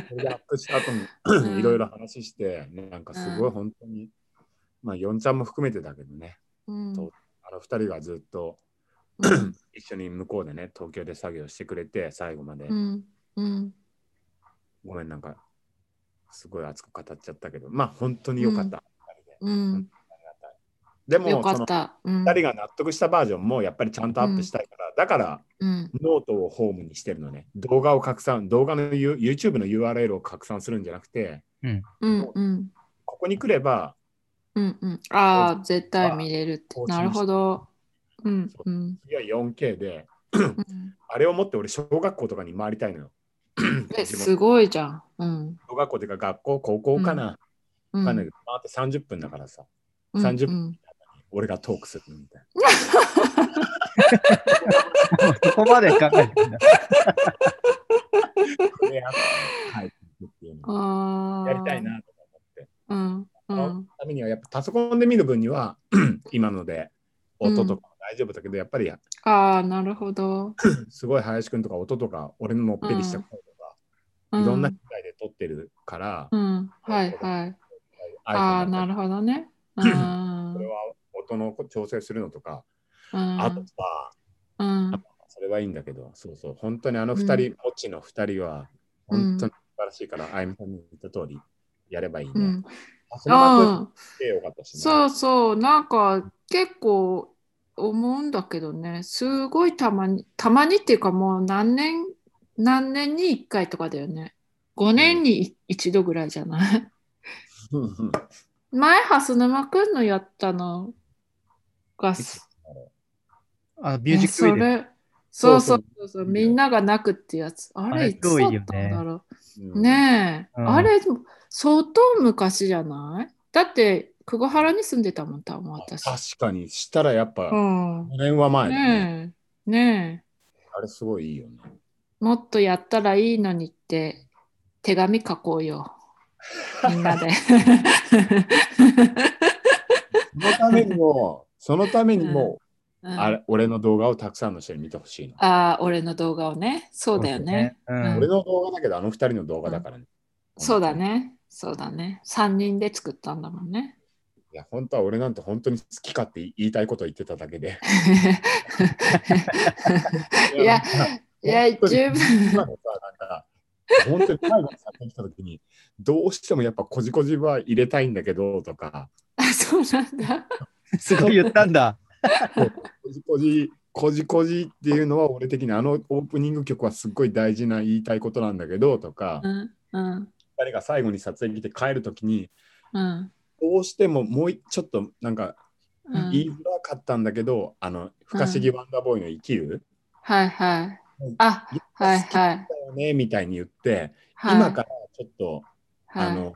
Speaker 2: それでアップした後
Speaker 1: うん
Speaker 2: にいろいろ話して、ね、なんかすごい本当に、まあ、ヨンちゃんも含めてだけどね、
Speaker 1: うん
Speaker 2: そうあの2人がずっと
Speaker 1: うん
Speaker 2: 一緒に向こうでね、東京で作業してくれて、最後まで、
Speaker 1: うんうん
Speaker 2: ごめん、なんか、すごい熱く語っちゃったけど、まあ、本当に良かった。
Speaker 1: うん
Speaker 2: で
Speaker 1: よ
Speaker 2: も、
Speaker 1: か
Speaker 2: そ
Speaker 1: っ
Speaker 2: の
Speaker 1: た。うん
Speaker 2: 2人が納得したバージョンもやっぱりちゃんとアップしたいから、だから、
Speaker 1: うん
Speaker 2: ノートをホームにしてるのね。動画を拡散、動画の U- YouTube の URL を拡散するんじゃなくて、
Speaker 1: うんうん
Speaker 2: ここに来れば、
Speaker 1: うんうん。ああ、絶対見れるって
Speaker 2: 更。新し
Speaker 1: なるほど。うんうん
Speaker 2: 次は 4K で、
Speaker 1: うん。
Speaker 2: あれを持って俺、小学校とかに回りたいのよ。
Speaker 1: え、
Speaker 2: 自分
Speaker 1: すごいじゃん。うん。
Speaker 2: 小学校というか学校、高校かな、
Speaker 1: う
Speaker 2: わ
Speaker 1: ん
Speaker 2: かんないけど、回って30分だからさ、
Speaker 1: うん
Speaker 2: 30
Speaker 1: うん
Speaker 2: 俺がトークするみたい
Speaker 3: そこまで考えて ん
Speaker 2: な。
Speaker 3: だ。
Speaker 2: これやってはいっていうの
Speaker 1: あー
Speaker 2: やりたい。なと思って。
Speaker 1: うんうん
Speaker 2: ためにはやっぱパソコンで見る分には 今ので音とかも大丈夫だけど、やっぱりや
Speaker 1: ああ、なるほど。
Speaker 2: すごい林くんとか音とか俺ののっぺりした声とか、
Speaker 1: う
Speaker 2: いろんな機械で撮ってるから、
Speaker 1: うん。はいはい。ああ、
Speaker 2: iPhone
Speaker 1: な
Speaker 2: だったり
Speaker 1: るほどね。うん
Speaker 2: これは音の調整するのとか、
Speaker 1: うん
Speaker 2: あとさ
Speaker 1: うん
Speaker 2: それはいいんだけどそうそう本当にあの2人、
Speaker 1: う
Speaker 2: もちの2人は
Speaker 1: うん
Speaker 2: 本当に素晴らしいから、あゆみさんに言った通りやればいいね。
Speaker 1: うん。
Speaker 2: あその
Speaker 1: う
Speaker 2: 枠
Speaker 1: ん。
Speaker 2: でよかったしね、
Speaker 1: そうそう、なんか結構思うんだけどね、すごいたまに、たまにっていうかもう何年、何年に1回とかだよね。5年に1度ぐらいじゃない。
Speaker 2: うんうん
Speaker 1: 前、蓮沼くんのやったのが、す
Speaker 3: あの、ミュージックビデオ。
Speaker 1: ねそれそうそ
Speaker 2: そう
Speaker 1: そ
Speaker 2: う
Speaker 1: うそう、みんなが泣くってやつ。あ
Speaker 3: あ
Speaker 1: れ、
Speaker 3: れ
Speaker 1: いつだったんだろう。
Speaker 2: うん
Speaker 1: ねえ、
Speaker 3: うん
Speaker 1: あれ相当昔じゃないだって久保原に住んでたもん多分私。
Speaker 2: 確かにしたらやっぱ
Speaker 1: う
Speaker 2: 5
Speaker 1: ん、
Speaker 2: 年は前だね
Speaker 1: ねえね
Speaker 2: あれすごいいいよね。
Speaker 1: えもっとやったらいいのにって手紙書こうよみんなで。
Speaker 2: そのために も、そのためにも、
Speaker 1: うん
Speaker 2: あれ俺の動画をたくさんの人に見てほしいの。
Speaker 1: あー俺の動画をねそうだよね。
Speaker 3: そう
Speaker 1: うん
Speaker 3: だよね。
Speaker 2: 俺の動画だけど、あの二人の動画だからね。
Speaker 1: そうだ。ねそうだね3人で作ったんだもんね。
Speaker 2: いや、本当は俺なんて本当に好きかって言いたいこと言ってただけ で。
Speaker 1: い やいや十分。
Speaker 2: 今のさ、なんか、本当に最後に撮影した時に、どうしてもやっぱこじこじは入れたいんだけどとか、
Speaker 1: あそうなんだ。
Speaker 3: うんすごい言ったんだ。
Speaker 2: こじこじ、こじこじっていうのは俺的にあのオープニング曲はすっごい大事な言いたいことなんだけどとか
Speaker 1: う、んうん
Speaker 2: 二人が最後に撮影来て帰る時に、
Speaker 1: うん
Speaker 2: どうしてももういちょっとなんか
Speaker 1: うん。
Speaker 2: 言いづらかったんだけど、あの不可思議ワンダーボーイの生きる、
Speaker 1: はいはい
Speaker 2: うん。
Speaker 1: あ、
Speaker 2: いや
Speaker 1: はい
Speaker 2: 好きだ
Speaker 1: はい。
Speaker 2: よねみたいに言って、
Speaker 1: はい
Speaker 2: 今からちょっと、
Speaker 1: はい
Speaker 2: あの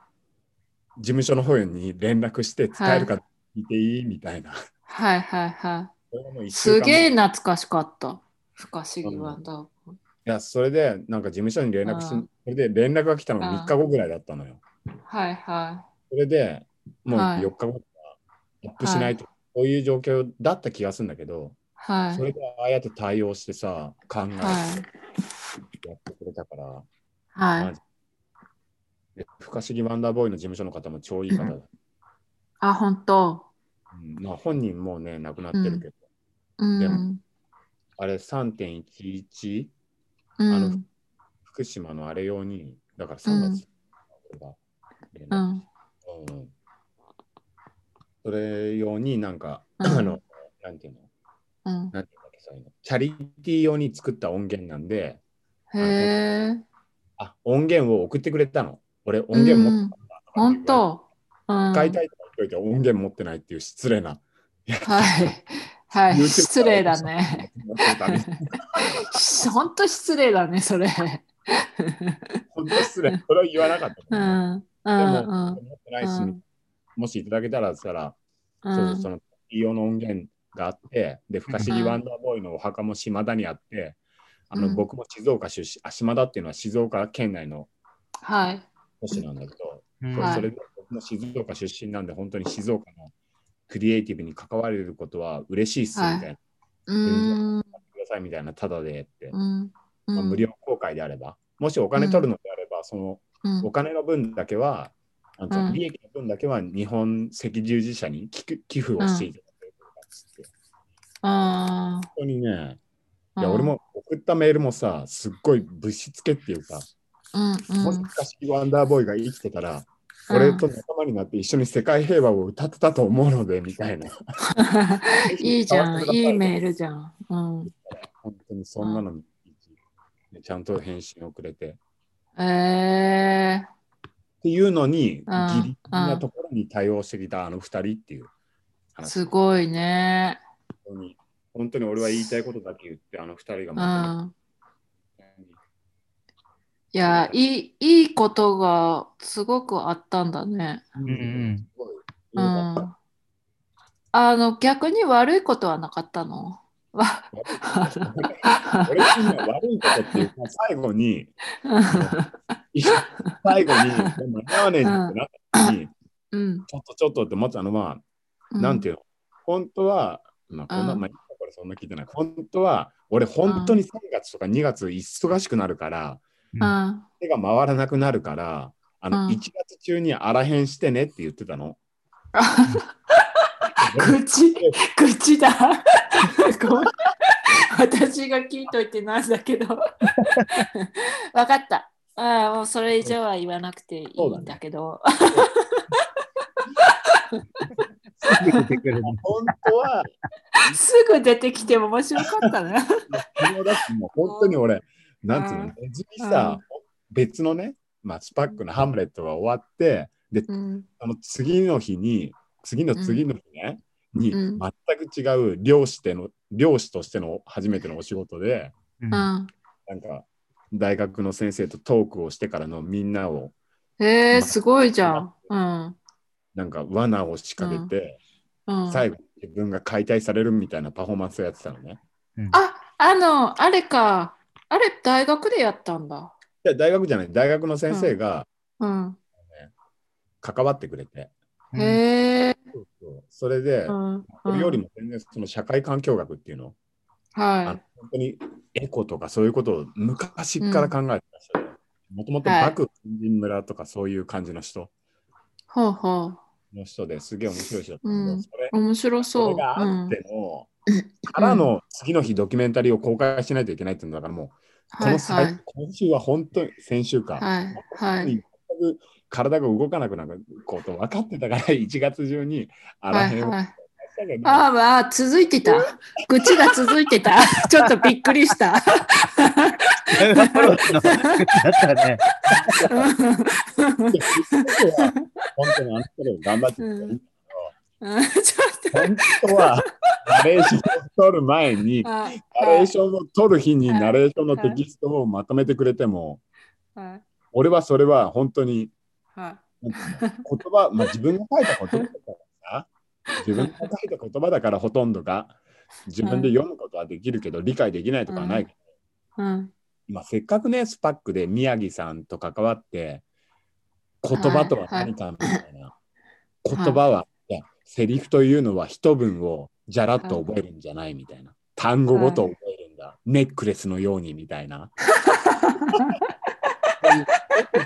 Speaker 2: 事務所の方に連絡して使えるか聞いていいみ たいな。
Speaker 1: はいはいは
Speaker 2: それがもう
Speaker 1: い。
Speaker 2: 一週間
Speaker 1: す
Speaker 2: 前
Speaker 1: げえ懐かしかった。不可思議ワンダーボーイ。
Speaker 2: いやそれでなんか事務所に連絡し
Speaker 1: うん
Speaker 2: それで連絡が来たのが
Speaker 1: うん
Speaker 2: 3日後ぐらいだったのよ。
Speaker 1: はいは
Speaker 2: それでもう
Speaker 1: はい
Speaker 2: 4日後とかアップしないと、こういう状況だった気がするんだけど、
Speaker 1: い。はい。
Speaker 2: それでああやって対応してさ考えて。
Speaker 1: はい。
Speaker 2: やってくれたから、
Speaker 1: はい。
Speaker 2: で不可思議ワンダーボーイの事務所の方も超いい方 だ。
Speaker 1: あ、本当。
Speaker 2: うんまあ、本人もね、亡くなってるけど、
Speaker 1: う
Speaker 2: でも
Speaker 1: ん。
Speaker 2: あれ
Speaker 1: う
Speaker 2: 3.11、あの
Speaker 1: ん。
Speaker 2: 福島のあれ用に、だから3月、これ
Speaker 1: う
Speaker 2: が
Speaker 1: ん。
Speaker 2: うんそれ用になんか、
Speaker 1: うん
Speaker 2: あの、なんていうの、
Speaker 1: うん。
Speaker 2: なんていうんだっけ、そういうの、チャリティー用に作った音源なんで、
Speaker 1: へえ。
Speaker 2: あ、音源を送ってくれたの。俺、音源持ってたんだ。
Speaker 1: 本当。うん。
Speaker 2: 使いたいとか言っといて音源持ってないっていう失礼な。
Speaker 1: はい。はい。
Speaker 2: YouTube
Speaker 1: 失礼だね。 本当失礼だね、それ。
Speaker 2: 本当 失礼。それは言わなかった
Speaker 1: う
Speaker 2: もん
Speaker 1: ん。
Speaker 2: ね。
Speaker 1: う
Speaker 2: で
Speaker 1: ん。う
Speaker 2: も、
Speaker 1: ん。
Speaker 2: 持ってないし、もしいただけたら、そしたら、
Speaker 1: う
Speaker 2: そうそうんそ。の、いいの音源があって、で、不可思議ワンダーボーイのお墓も島田にあって、あ
Speaker 1: う
Speaker 2: の、
Speaker 1: ん
Speaker 2: 僕も静岡出身、あ、島田っていうのは静岡県内の
Speaker 1: はい。
Speaker 2: 都市なんだけど、
Speaker 3: うん
Speaker 2: そう
Speaker 1: はい
Speaker 2: それで僕も静岡出身なんで、本当に静岡のクリエイティブに関われることは嬉しいっすみたいな、
Speaker 1: うーん。
Speaker 2: くださいみたいな、ただでって、
Speaker 1: うん。
Speaker 2: まあ、無料公開であれば、もしお金取るのであれば、その
Speaker 1: うん。
Speaker 2: お金の分だけは、あの
Speaker 1: うん
Speaker 2: 利益の分だけは日本赤十字社に寄付寄付をしていただけるとかっつって、
Speaker 1: あ
Speaker 2: 本当にね、
Speaker 1: あ。
Speaker 2: いや俺。も送ったメールもさ、すっごいぶしつけっていうか、
Speaker 1: うん
Speaker 2: も
Speaker 1: う
Speaker 2: し
Speaker 1: ん。
Speaker 2: かしてワンダーボーイが生きてたら、
Speaker 1: うん
Speaker 2: 俺と仲間になって一緒に世界平和を歌ってたと思うので、みたいな。
Speaker 1: いいじゃん。いいメー
Speaker 2: ル。
Speaker 1: ルじゃん。うん。
Speaker 2: 本当にそんなのに、ちゃんと返信をくれて。っ
Speaker 1: ええ
Speaker 2: ていうのに、ギ
Speaker 1: うん
Speaker 2: リギリなところに対応してきたあの二人っていう
Speaker 1: ー、
Speaker 2: 話。
Speaker 1: すごいね。
Speaker 2: 本当に本当に俺は言いたいことだけ言って、あの二人が
Speaker 1: う
Speaker 2: ま
Speaker 1: ん。
Speaker 2: た
Speaker 1: いや、いい、いいことがすごくあったんだね。
Speaker 2: うん
Speaker 3: うんうん
Speaker 2: すごいよ
Speaker 1: う
Speaker 2: かった
Speaker 1: ん。あの、逆に悪いことはなかったのわ
Speaker 2: 俺が今悪いことっていうか、最後に、いや 最後に、でも間に合わねえってなった時に、
Speaker 1: うん。
Speaker 2: ちょっとちょっとって思ったのは、なんていうの、本当は、まあ、こんな、
Speaker 1: うん
Speaker 2: まあ、いいかこれそんな聞いてない。本当は、俺、本当に3月とか2月忙しくなるから、
Speaker 1: うん。うん。
Speaker 2: 手が回らなくなるから、あの、
Speaker 1: うん
Speaker 2: 1月中にあらへんしてねって言ってた の。
Speaker 1: 口、口だ。 ごめん私が聞いといてなんだけど。わかった。ああ、もうそれ以上は言わなくていいんだけど。
Speaker 3: 出てくるね
Speaker 2: 本当は、
Speaker 1: すぐ出てきても面白かったね。
Speaker 2: 昨日だってもう本当に俺、なんつうの、ね、別にさ、別のね、まあ、スパックのハムレットが終わって、
Speaker 1: うん。
Speaker 2: あの次の日に、次の次の日ね、に
Speaker 1: うん
Speaker 2: 全く違う漁師での漁師としての初めてのお仕事で、
Speaker 3: うん
Speaker 1: うん。
Speaker 2: なんか大学の先生とトークをしてからのみんなを、
Speaker 1: えー、すごいじゃん。うん。
Speaker 2: なんか罠を仕掛けて、
Speaker 1: うん、
Speaker 2: 最後自分が解体されるみたいなパフォーマンスをやってたのね。
Speaker 1: あ、あの、あれか。あれ、大学でやったんだ。
Speaker 2: いや大学じゃない、大学の先生が
Speaker 1: うん。
Speaker 2: 関わってくれて、
Speaker 3: うん
Speaker 1: へえ。
Speaker 2: それで、
Speaker 1: うん。うん
Speaker 2: それよりも全然その社会環境学っていうの、あの
Speaker 1: は
Speaker 2: 本当にエコとかそういうことを昔から考えてた人で、もともと
Speaker 1: はい
Speaker 2: 幕天神村とかそういう感じの人
Speaker 1: い。ほうほ
Speaker 2: の人ですげえ面白い人だったんだけど、
Speaker 1: うん
Speaker 2: それ
Speaker 1: う。面白
Speaker 2: そ
Speaker 1: そう。
Speaker 2: れがあっ
Speaker 1: うん
Speaker 2: ての、からの次の日ドキュメンタリーを公開しないといけないっていうんだからもう、こ
Speaker 1: はい
Speaker 2: の際、
Speaker 1: はい。
Speaker 2: 今週は本当に先週か、
Speaker 1: はいはい。
Speaker 2: 全く体が動かなくなること分かってたから1月 中にあら
Speaker 1: は
Speaker 2: へ
Speaker 1: い
Speaker 2: んを
Speaker 1: はい。
Speaker 2: したけど、
Speaker 1: あーまあ、続いてた。愚痴が続いてた。ちょっとびっくりした。
Speaker 3: アプローチのだったね。
Speaker 2: いや実は本当にあの人が頑張ってた
Speaker 1: うんうんちょっと。
Speaker 2: 本当はナレーションを取る前に、
Speaker 1: あはい
Speaker 2: ナレーションを取る日にナレーションのテキストをまとめてくれても、
Speaker 1: はい
Speaker 2: 俺はそれは本当に
Speaker 1: はい
Speaker 2: なんていうの言葉、まあ、自分が書いた言葉だからさ、自分が書いた言葉だからほとんどが、自分で読むことはできるけど、理解できないとかはない。
Speaker 1: うん
Speaker 2: まあ、せっかくね、スパックで宮城さんと関わって、言葉とは何かみたいな。言葉は、いやセリフというのは一文をじゃらっと覚えるんじゃないみたいな。単語ごと覚えるんだ。ネックレスのようにみたいな。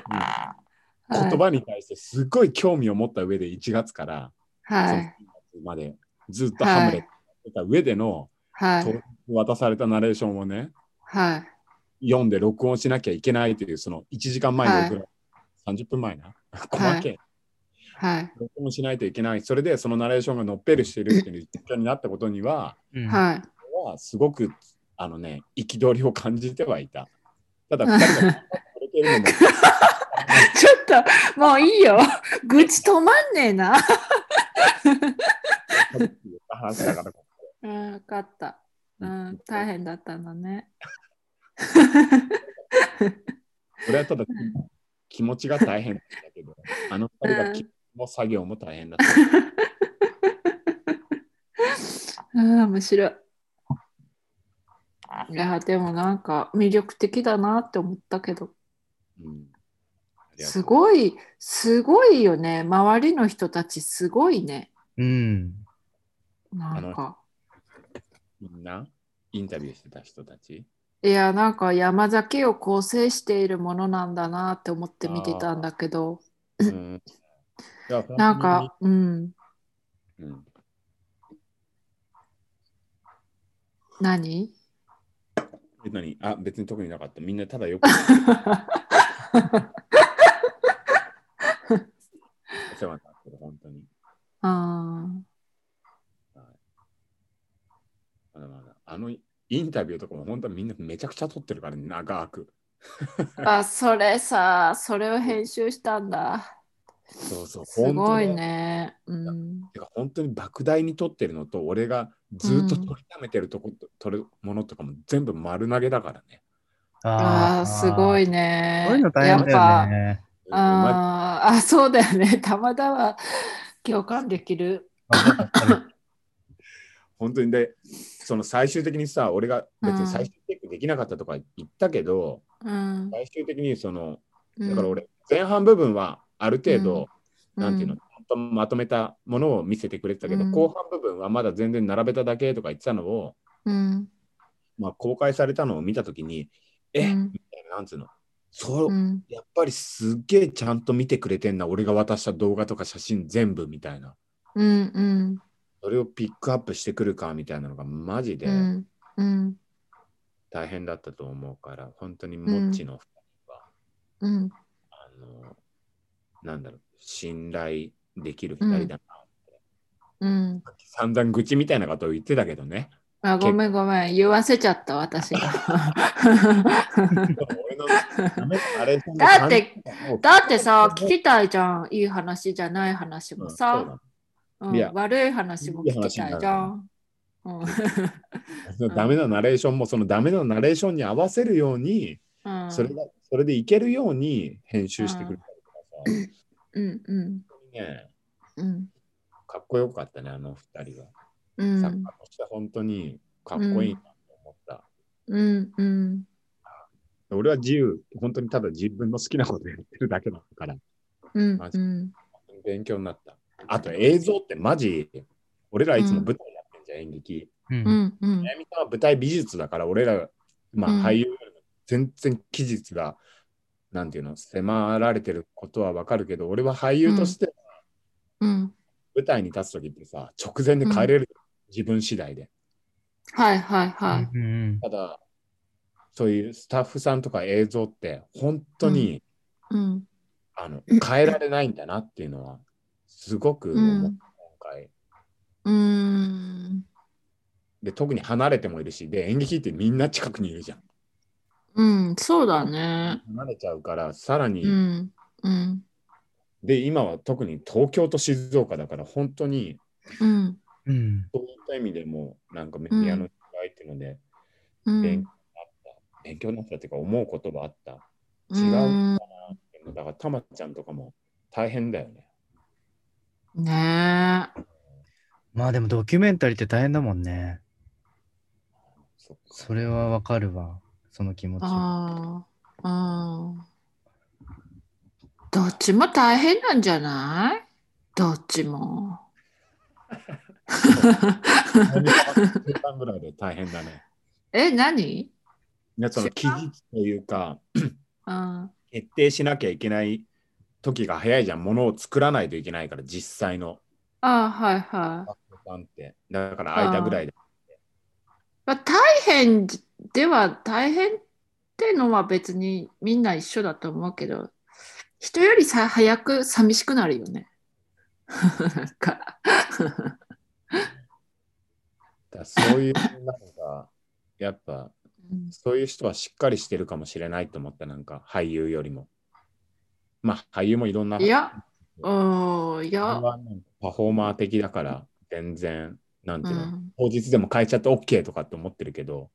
Speaker 1: はい
Speaker 2: 言葉に対してすごい興味を持った上で1月から
Speaker 1: はい
Speaker 2: そのまでずっとハムレットやってた上での
Speaker 1: は
Speaker 2: と
Speaker 1: い
Speaker 2: 渡されたナレーションをね、
Speaker 1: はい
Speaker 2: 読んで録音しなきゃいけないというその1時間前に送ら、30分前な細けい
Speaker 1: はい
Speaker 2: 録音しないといけないそれでそのナレーションがのっぺりしているっていう状況になったことには
Speaker 3: うん
Speaker 1: はい。
Speaker 2: はすごくあのね憤りを感じてはいたただ2人がくれてるのも
Speaker 1: ちょっともういいよ。愚痴止まんねえな。
Speaker 2: 話だから
Speaker 1: うん、分かった。うん、大変だったんだね。
Speaker 2: 俺はただ気持ちが大変だったけど、あの二人が気も作業も大変だった。
Speaker 1: うん、面白い。いや、でもなんか魅力的だなって思ったけど、
Speaker 2: うん
Speaker 1: す
Speaker 2: い。
Speaker 1: ごい、すごいよね。周りの人たちすごいね。
Speaker 3: うん。
Speaker 1: なんか。
Speaker 2: みんなインタビューしてた人たち。
Speaker 1: いや、なんか山崎を構成しているものなんだなって思って見てたんだけど、
Speaker 2: うん、いや
Speaker 1: なん、か、うん、
Speaker 2: うん、
Speaker 1: 何
Speaker 2: え何あ、別に特になかった。みんなただよくお世話になってる、本当に。
Speaker 1: あー
Speaker 2: まだまだ。あのインタビューとかも本当にみんなめちゃくちゃ撮ってるからね、長く。
Speaker 1: あ、それさ、それを編集したんだ。
Speaker 2: そうそう、
Speaker 1: すごい
Speaker 2: 本当に。
Speaker 1: ね。うん。
Speaker 2: てか本当に莫大に撮ってるのと、俺がずっと撮りためてるとこ、撮るものとかも全部丸投げだからね。
Speaker 1: ああ、すご
Speaker 3: い。
Speaker 1: いね。
Speaker 3: そういうの大変だ
Speaker 1: や
Speaker 3: よ
Speaker 1: っ
Speaker 3: ね。
Speaker 1: ぱ、あーあ、そうだよね。たまたま共感できる。
Speaker 2: 本当にで、その最終的にさ、俺が別に最終チェックできなかったとか言ったけど、
Speaker 1: うん。
Speaker 2: 最終的にその、
Speaker 1: うん
Speaker 2: だから俺、前半部分はある程度、
Speaker 1: うん
Speaker 2: なんていうの、ちゃんとまとめたものを見せてくれてたけど、
Speaker 1: うん
Speaker 2: 後半部分はまだ全然並べただけとか言ってたのを、
Speaker 1: うん。
Speaker 2: まあ、公開されたのを見たときに、
Speaker 1: う
Speaker 2: え、
Speaker 1: ん。
Speaker 2: なんつうの、そう、
Speaker 1: うん
Speaker 2: やっぱりすっげえちゃんと見てくれてんな、俺が渡した動画とか写真全部みたいな、
Speaker 1: うん。うん。
Speaker 2: それをピックアップしてくるかみたいなのが、マジで
Speaker 1: うん。うん。
Speaker 2: 大変だったと思うから、本当にモッチの、
Speaker 1: うん。
Speaker 2: あの、なんだろう、信頼できる2人だな。
Speaker 1: うん。
Speaker 2: 散々愚痴みたいなことを言ってたけどね。
Speaker 1: あ、ごめんごめん。言わせちゃった、私が。
Speaker 2: 俺のダメあれ
Speaker 1: だって、だってさ、聞きたいじゃん。いい話じゃない話もさ。う
Speaker 2: うだいや
Speaker 1: ん、悪い話も聞きたいじゃん。うん。
Speaker 2: そうダメなナレーションもそのダメなナレーションに合わせるように、
Speaker 1: うん
Speaker 2: それがそれでいけるように編集してくれたりとかさ、
Speaker 1: うんうん
Speaker 2: 本当にね、
Speaker 1: うん
Speaker 2: かっこよかったね、あの二人は。
Speaker 1: うん
Speaker 2: 作家として本当にかっこいいなと思った。
Speaker 1: うんうん
Speaker 2: 俺は自由、本当にただ自分の好きなことやってるだけだから、
Speaker 1: うん
Speaker 2: マジ
Speaker 1: うん
Speaker 2: 本当に勉強になった。あと映像ってマジ、俺らいつも舞台やってんじゃん、演劇。
Speaker 3: う。
Speaker 1: うんんうん
Speaker 2: 悩みさんは舞台美術だから俺ら、まあ、
Speaker 1: うん
Speaker 2: 俳優よりも全然技術が、なんていうの迫られてることはわかるけど俺は俳優として
Speaker 1: うん
Speaker 2: 舞台に立つ時ってさ直前で変えれる、自分次第で
Speaker 1: はいはいはい
Speaker 3: うん
Speaker 2: ただそういうスタッフさんとか映像って本当に、
Speaker 1: うん
Speaker 2: あの変えられないんだなっていうのはすごく思う、
Speaker 1: うん
Speaker 2: 今回
Speaker 1: うん
Speaker 2: で特に離れてもいるしで演劇ってみんな近くにいるじゃん
Speaker 1: うんそうだね
Speaker 2: 離れちゃうからさらに、
Speaker 1: うんうん
Speaker 2: で、今は特に東京と静岡だから、本当に、
Speaker 1: うん
Speaker 3: うん。
Speaker 2: そういった意味でも、なんかメデ
Speaker 1: ん
Speaker 2: ィアの違いっていうので、
Speaker 1: うん
Speaker 2: 勉強になった、勉強になったっていうか、思うことがあった。
Speaker 1: う
Speaker 2: 違うか
Speaker 1: ん
Speaker 2: なっていうのだから、たまちゃんとかも大変だよね。
Speaker 1: ねえ
Speaker 3: まあでもドキュメンタリーって大変だもんね。
Speaker 2: そっか
Speaker 3: それはわかるわ。その気持ち。
Speaker 1: ああうんどっちも大変なんじゃないどっちも
Speaker 2: 中間ぐらいで大変だね。
Speaker 1: え何
Speaker 2: いやその期日というか、
Speaker 1: うん
Speaker 2: 決定しなきゃいけない時が早いじゃん。ものを作らないといけないから、実際の。
Speaker 1: ああはいはい
Speaker 2: なんてだから、間ぐらいで。
Speaker 1: まあ、大変では大変ってのは別にみんな一緒だと思うけど人よりさ早く寂しくなるよね。 なんか
Speaker 2: だからそういう、なんか、やっぱ、
Speaker 1: うん
Speaker 2: そういう人はしっかりしてるかもしれないと思った、なんか俳優よりも。まあ俳優もいろんな。
Speaker 1: いや、うん、い
Speaker 2: 自
Speaker 1: や
Speaker 2: 分、はなんかパフォーマー的だから、全然、なんて
Speaker 1: う
Speaker 2: いうの、
Speaker 1: ん、
Speaker 2: 当日でも変えちゃって OK とかって思ってるけど、